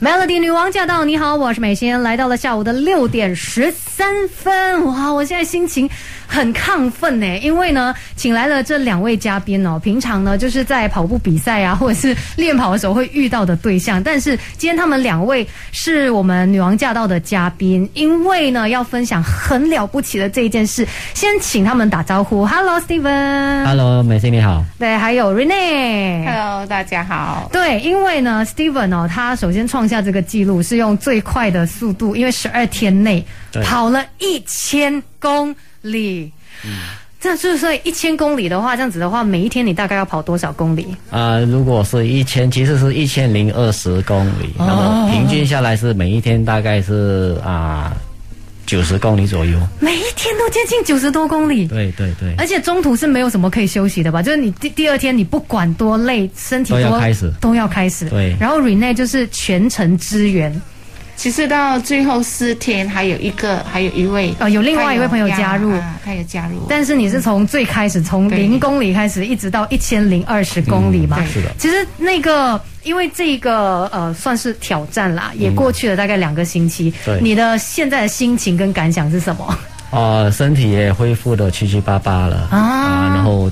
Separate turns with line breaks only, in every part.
Melody 女王驾到！你好，我是美心，来到了下午的六点十三分。哇，我现在心情很亢奋呢，因为呢，请来了这两位嘉宾哦。平常呢，就是在跑步比赛啊，或者是练跑的时候会遇到的对象，但是今天他们两位是我们女王驾到的嘉宾，因为呢要分享很了不起的这一件事。先请他们打招呼，Hello Steven，
Hello，美心你好。
对，还有 Rene。
Hello，大家好。
对，因为呢，Steven 哦，他首先创下这个记录是用最快的速度，因为十二天内
对
跑了一千公里。
嗯
这就是所以一千公里的话，这样子的话，每一天你大概要跑多少公里？
啊、如果是一千，其实是一千零二十公里，那么平均下来是每一天大概是啊九十公里左右。
每一天都接近九十多公里，
对对对，
而且中途是没有什么可以休息的吧？就是你第第二天你不管多累，身体多
都要开始
都要开始。
对
然后 Rene 就是全程支援，
其实到最后四天，还有一个，还有一位，
哦有另外一位朋友加入
他有啊他有加入。
但是你是从最开始，从
对
零公里开始，一直到一千零二十公里嘛。
嗯
是的
其实那个，因为这个呃，算是挑战啦，也过去了大概两个星期。
嗯对
你的现在的心情跟感想是什么？
呃，身体也恢复的七七八八了啊、然后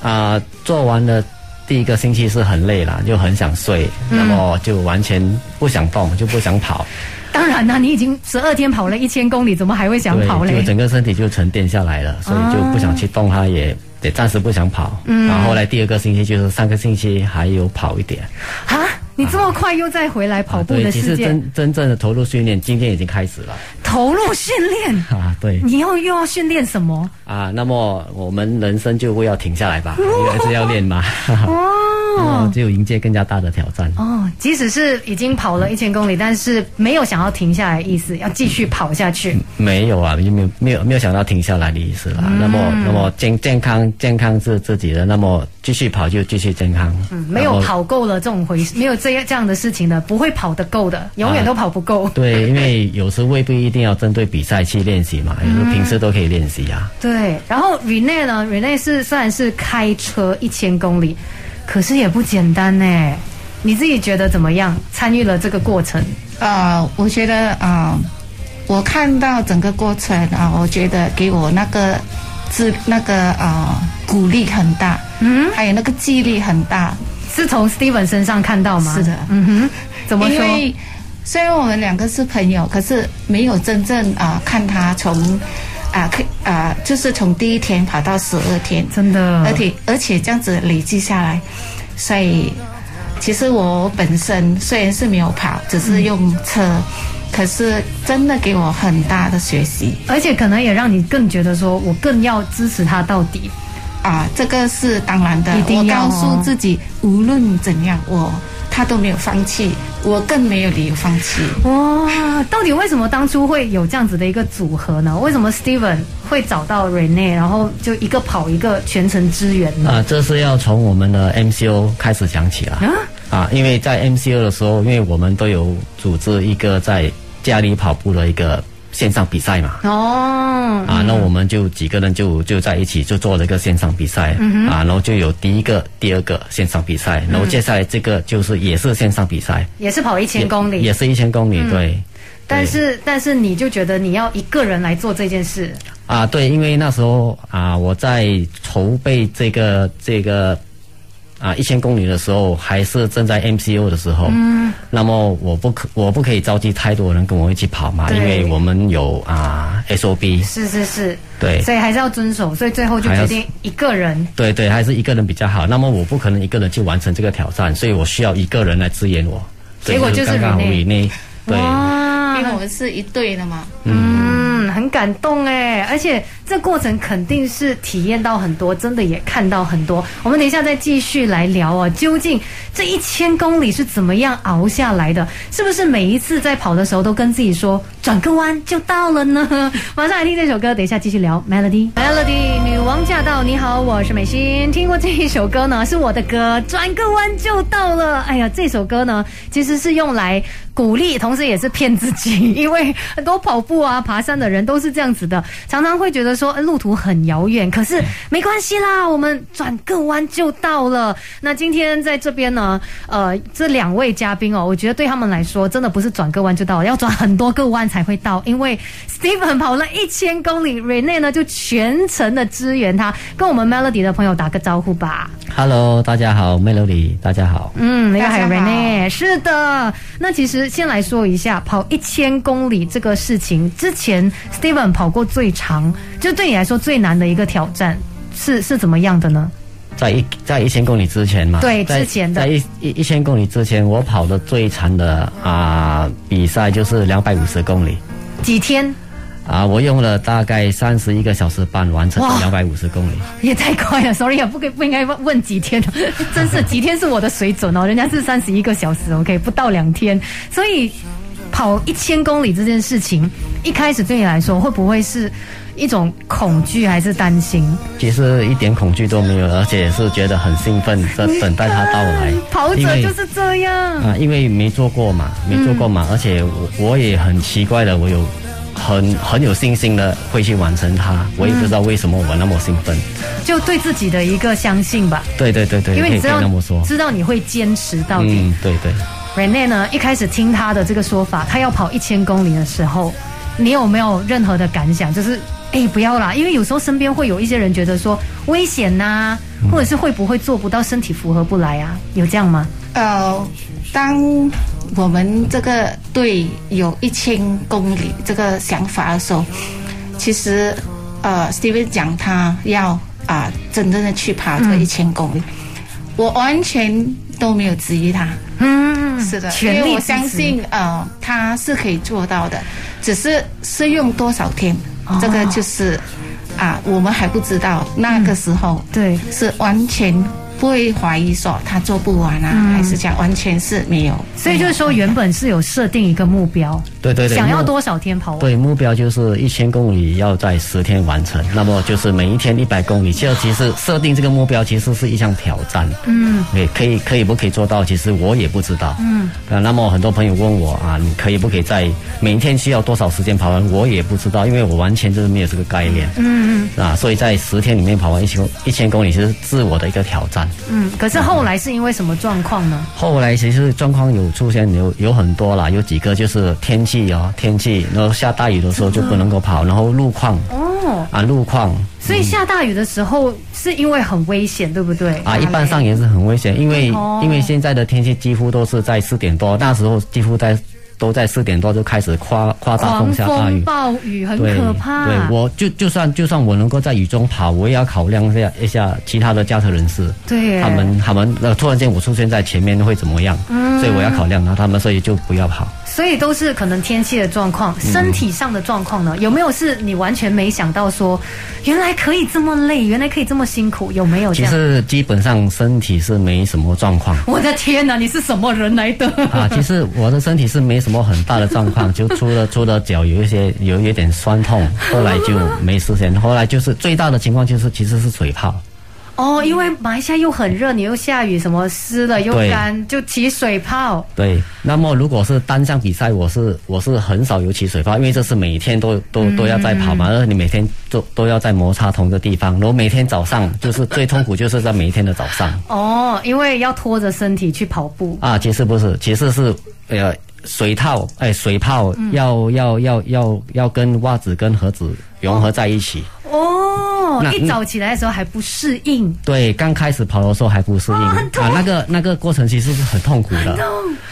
啊、做完了第一个星期是很累了，就很想睡，
嗯
那么就完全不想动，就不想跑，
当然啦，你已经十二天跑了一千公里，怎么还会想跑
对，就
嘞？哦
整个身体就沉淀下来了，所以就不想去动它，也也暂时不想跑。
嗯
然后后来第二个星期就是上个星期还有跑一点，啊
啊，你这么快又再回来跑步
对，
的
其
世
实
界，
真真正的投入训练今天已经开始 了
投入训练，
啊，对
你要又要训练什 么？
啊，那么我们人生就不要停下来吧，
哦
因为还是要 练嘛，然后 就迎接更加大的挑战。
哦，即使是已经跑了一千公里，但是没有想要停下来的意思，要继续跑下去。
没有啊，就没有没有没有想到停下来的意思啦。
嗯
那么那么健健康健康是自己的，那么继续跑就继续健康。嗯
没有跑够了这种回，没有这样这样的事情的，不会跑得够的，永
啊
远都跑不够。
对，因为有时未必一定要针对比赛去练习
嗯
嘛，有时候平时都可以练习啊。
对，然后 Rene 呢？Rene 是虽然是开车一千公里，可是也不简单呢。你自己觉得怎么样？参与了这个过程，
呃，我觉得啊、我看到整个过程啊、我觉得给我那个自那个啊、鼓励很大，嗯，还有那个激励很大。
是从 Steven 身上看到吗？
是的
嗯哼，怎么
因
说？
为虽然我们两个是朋友，可是没有真正啊、看他从啊可啊就是从第一天跑到十二天，
真的，
而且而且这样子累积下来，所以其实我本身虽然是没有跑，只是用车，
嗯
可是真的给我很大的学习
而且可能也让你更觉得说，我更要支持他到底。
啊！这个是当然的，
一定
我
要
告
哦
诉自己，无论怎样，我他都没有放弃，我更没有理由放弃。
哇，到底为什么当初会有这样子的一个组合呢？为什么 Steven 会找到 Rene，然后就一个跑一个全程支援呢？
啊、这是要从我们的 MCO 开始讲起啊。啊，因为在 MCO 的时候，因为我们都有组织一个在家里跑步的一个线上比赛嘛。
啊哦，
啊，那我们就几个人就就在一起就做了一个线上比赛、
嗯
啊，然后就有第一个、第二个线上比赛，然后接下来这个就是也是线上比赛，
也是嗯跑一千公
也
里，嗯
是一千公里，对。
但
对
是但是你就觉得你要一个人来做这件事，
啊，对，因为那时候啊，我在筹备这个这个啊一千公里的时候，还是正在 MCO 的时候。嗯。那么我不可我不可以召集太多人跟我一起跑嘛，
对
因为我们有啊 SOB。
是是是，
对
所以还是要遵守，所以最后就
还
决
要
定一个人。
对对，还是一个人比较好。那么我不可能一个人去完成这个挑战，所以我需要一个人来支援我。
结果就是
所以刚刚好
Renee
以内。对。
哇
因为我们是一对的嘛，
嗯，很感动哎，而且这过程肯定是体验到很多，真的也看到很多。我们等一下再继续来聊哦，究竟这一千公里是怎么样熬下来的？是不是每一次在跑的时候都跟自己说转个弯就到了呢？ 马上来听这首歌，等一下继续聊 Melody。Melody 女王驾到，你好，我是美心。听过这一首歌呢，是我的歌，转个弯就到了。哎呀，这首歌呢，其实是用来鼓励， 同时也是骗自己，因为很多跑步啊、爬山的人都是这样子的，常常会觉得得说呃路途很遥远，可是没关系啦，我们转个弯就到了。那今天在这边呢，呃，这两位嘉宾哦，我觉得对他们来说，真的不是转个弯就到了，要转很多个弯才会到，因为 Steven 跑了一千公里，Rene 呢就全程的支援他，跟我们 Melody 的朋友打个招呼吧。
Hello，大家好，Melody，大家好。
嗯，那个还有
大家好
Rene，是的。那其实先来说一下跑一千公里这个事情，之前 Steven 跑过最长，就对你来说最难的一个挑战是是怎么样的呢？
在一在一千公里之前嘛，
对
在
之前的
在一一一千公里之前，我跑的最长的啊、比赛就是两百五十公里
几天
啊、我用了大概三十一个小时半完成
哇
两百五十公里。
也太快了，sorry 啊，不该不应该问几天， 真是几天是我的水准哦，人家是三十一个小时，OK，不到两天，所以跑一千公里这件事情，一开始对你来说会不会是一种恐惧还是担心？
其实一点恐惧都没有，而且是觉得很兴奋，在等待它到来。
嗯跑
因
者
为
就是嗯这样。
啊、因为没做过嘛，没做过嘛，而且我我也很奇怪的，我有很很有信心的会去完成它，我
嗯
也不知道为什么我那么兴奋。
就对自己的一个相信吧，
对对对对，
因为
可
你知
以可以
道
那么说。
知道你会坚持到底。
嗯，对对。
Rene 呢，一开始听他的这个说法，他要跑一千公里的时候，你有没有任何的感想？就是哎，不要啦，因为有时候身边会有一些人觉得说危险呐、
嗯
或者是会不会做不到，身体符合不来啊，有这样吗？
呃，当我们这个队有一千公里这个想法的时候，其实呃，Steven 讲他要啊、真正的去爬这个一千公里，我完全都没有质疑他。
嗯，
是的，因
全力
为我
支持
相信呃，他是可以做到的，只是是用多少天，
哦
这个就是啊、我们还不知道那个时候。
对，
是完全不会怀疑说他做不完啊，还是讲完全是没有。
所以就是说原本是有设定一个目标，
对对对，
想要
目
多少天跑完？
对目标就是一千公里要在十天完成，那么就是每一天一百公里。这其实设定这个目标其实是一项挑战，嗯，也可以可以不可以做到，其实我也不知道，嗯，啊，那么很多朋友问我啊，你可以不可以在每一天需要多少时间跑完？我也不知道，因为我完全就是没有这个概念，嗯嗯，啊，所以在十天里面跑完一千一千公里是自我的一个挑战。
嗯，可是后来是因为什么状况呢？
后来其实状况有出现有有很多啦，有几个就是天气哦，天气，然后下大雨的时候就不能够跑，然后路况
哦，
啊路况
所以下大雨的时候是因为很危险，对不对？
啊，一般上也是很危险，因为、
哦
因为现在的天气几乎都是在四点多，那时候几乎在都在四点多就开始夸夸大
狂
风下大
风
雨。
暴雨很
对，
可怕。
对，我就就算就算我能够在雨中跑，我也要考量一下一下其他的驾车人士。
对耶
他们他们呃，突然间我出现在前面会怎么样？
嗯
所以我要考量到他们，所以就不要跑。
所以都是可能天气的状况，身体上的状况呢？有没有是你完全没想到说，原来可以这么累，原来可以这么辛苦？有没有这
其
样？
实基本上身体是没什么 状况
我的天哪，你是什么人来的？
啊，其实我的身体是没什么很大的状况，就除了除了脚有一些有一点酸痛，后来就没事情。后来就是最大的情况就是其实是水泡，
哦，因为马来西亚又很热，你又下雨，什么湿了又
对
干，就起水泡。
对。那么如果是单项比赛，我是我是很少有起水泡，因为这是每天都都都要在跑嘛，
嗯
而你每天都都要在摩擦同一个地方，然后每天早上就是最痛苦就是在每一天的早上。
哦，因为要拖着身体去跑步。
啊，其实不是，其实是呃水套，哎、水泡
嗯
要、要要要要跟袜子跟盒子融合在一起。
哦，
那
一早起来的时候还不适应。
对，刚开始跑的时候还不适应、
哦很痛
啊，那个那个过程其实是很痛苦的。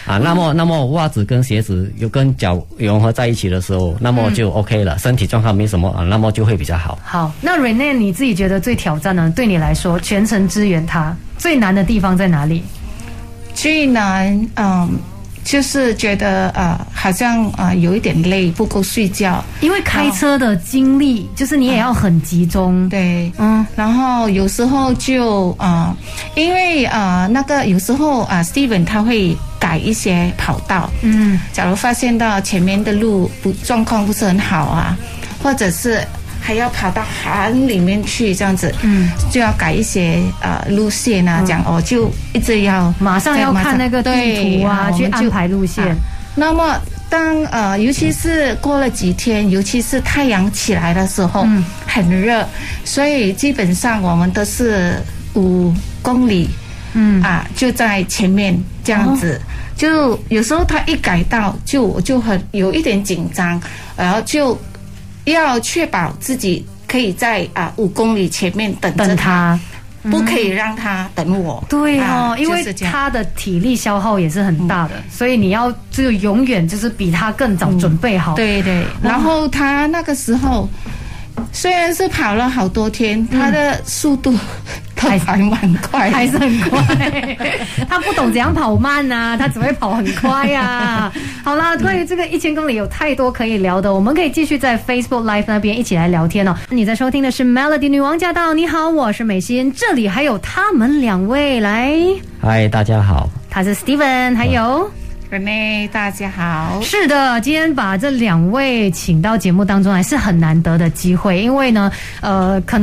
啊，那
嗯
么那么袜子跟鞋子又跟脚融合在一起的时候，那
嗯
么就 OK 了，身体状况没什么啊，那么就会比较好。
好，那 Rene 你自己觉得最挑战呢？对你来说，全程支援他最难的地方在哪里？
最难嗯，就是觉得呃，好像呃有一点累，不够睡觉，
因为开车的精力，就是你也要很集中。，
对。
嗯，
然后有时候就呃，因为呃那个有时候啊、呃、，Steven 他会改一些跑道，
嗯，
假如发现到前面的路不状况不是很好啊，或者是还要跑到很里面去这样子，
嗯，
就要改一些呃路线啊，讲哦就一直要
马上要看那个地
对
图啊，
我
去
们就
安排路线。
啊那么当呃，尤其是过了几天，尤其是太阳起来的时候，
嗯
很热，所以基本上我们都是五公里
嗯
啊，就在前面这样子。就有时候他一改道，就我就很有一点紧张，然后就要确保自己可以在啊五公里前面等着
等
他，
他。
不可以让他等我。
对哦，
啊
因
就
为
是这样嗯
他的体力消耗也是很大的，所以你要就永远就是比他更早准备好。，
对对，然后他那个时候虽然是跑了好多天，他的速度 都还蛮 快的，
还是很快。他不懂怎样跑慢呐、他只会跑很快呀、好啦，关于这个一千公里有太多可以聊的，我们可以继续在 Facebook Live 那边一起来聊天哦。你在收听的是 Melody 女王驾到，你好，我是美心，这里还有他们两位，来，
嗨，大家好。
他是 Steven，还有。
Rene，大家好。
是的，今天把这两位请到节目当中来是很难得的机会，因为呢，呃，可能。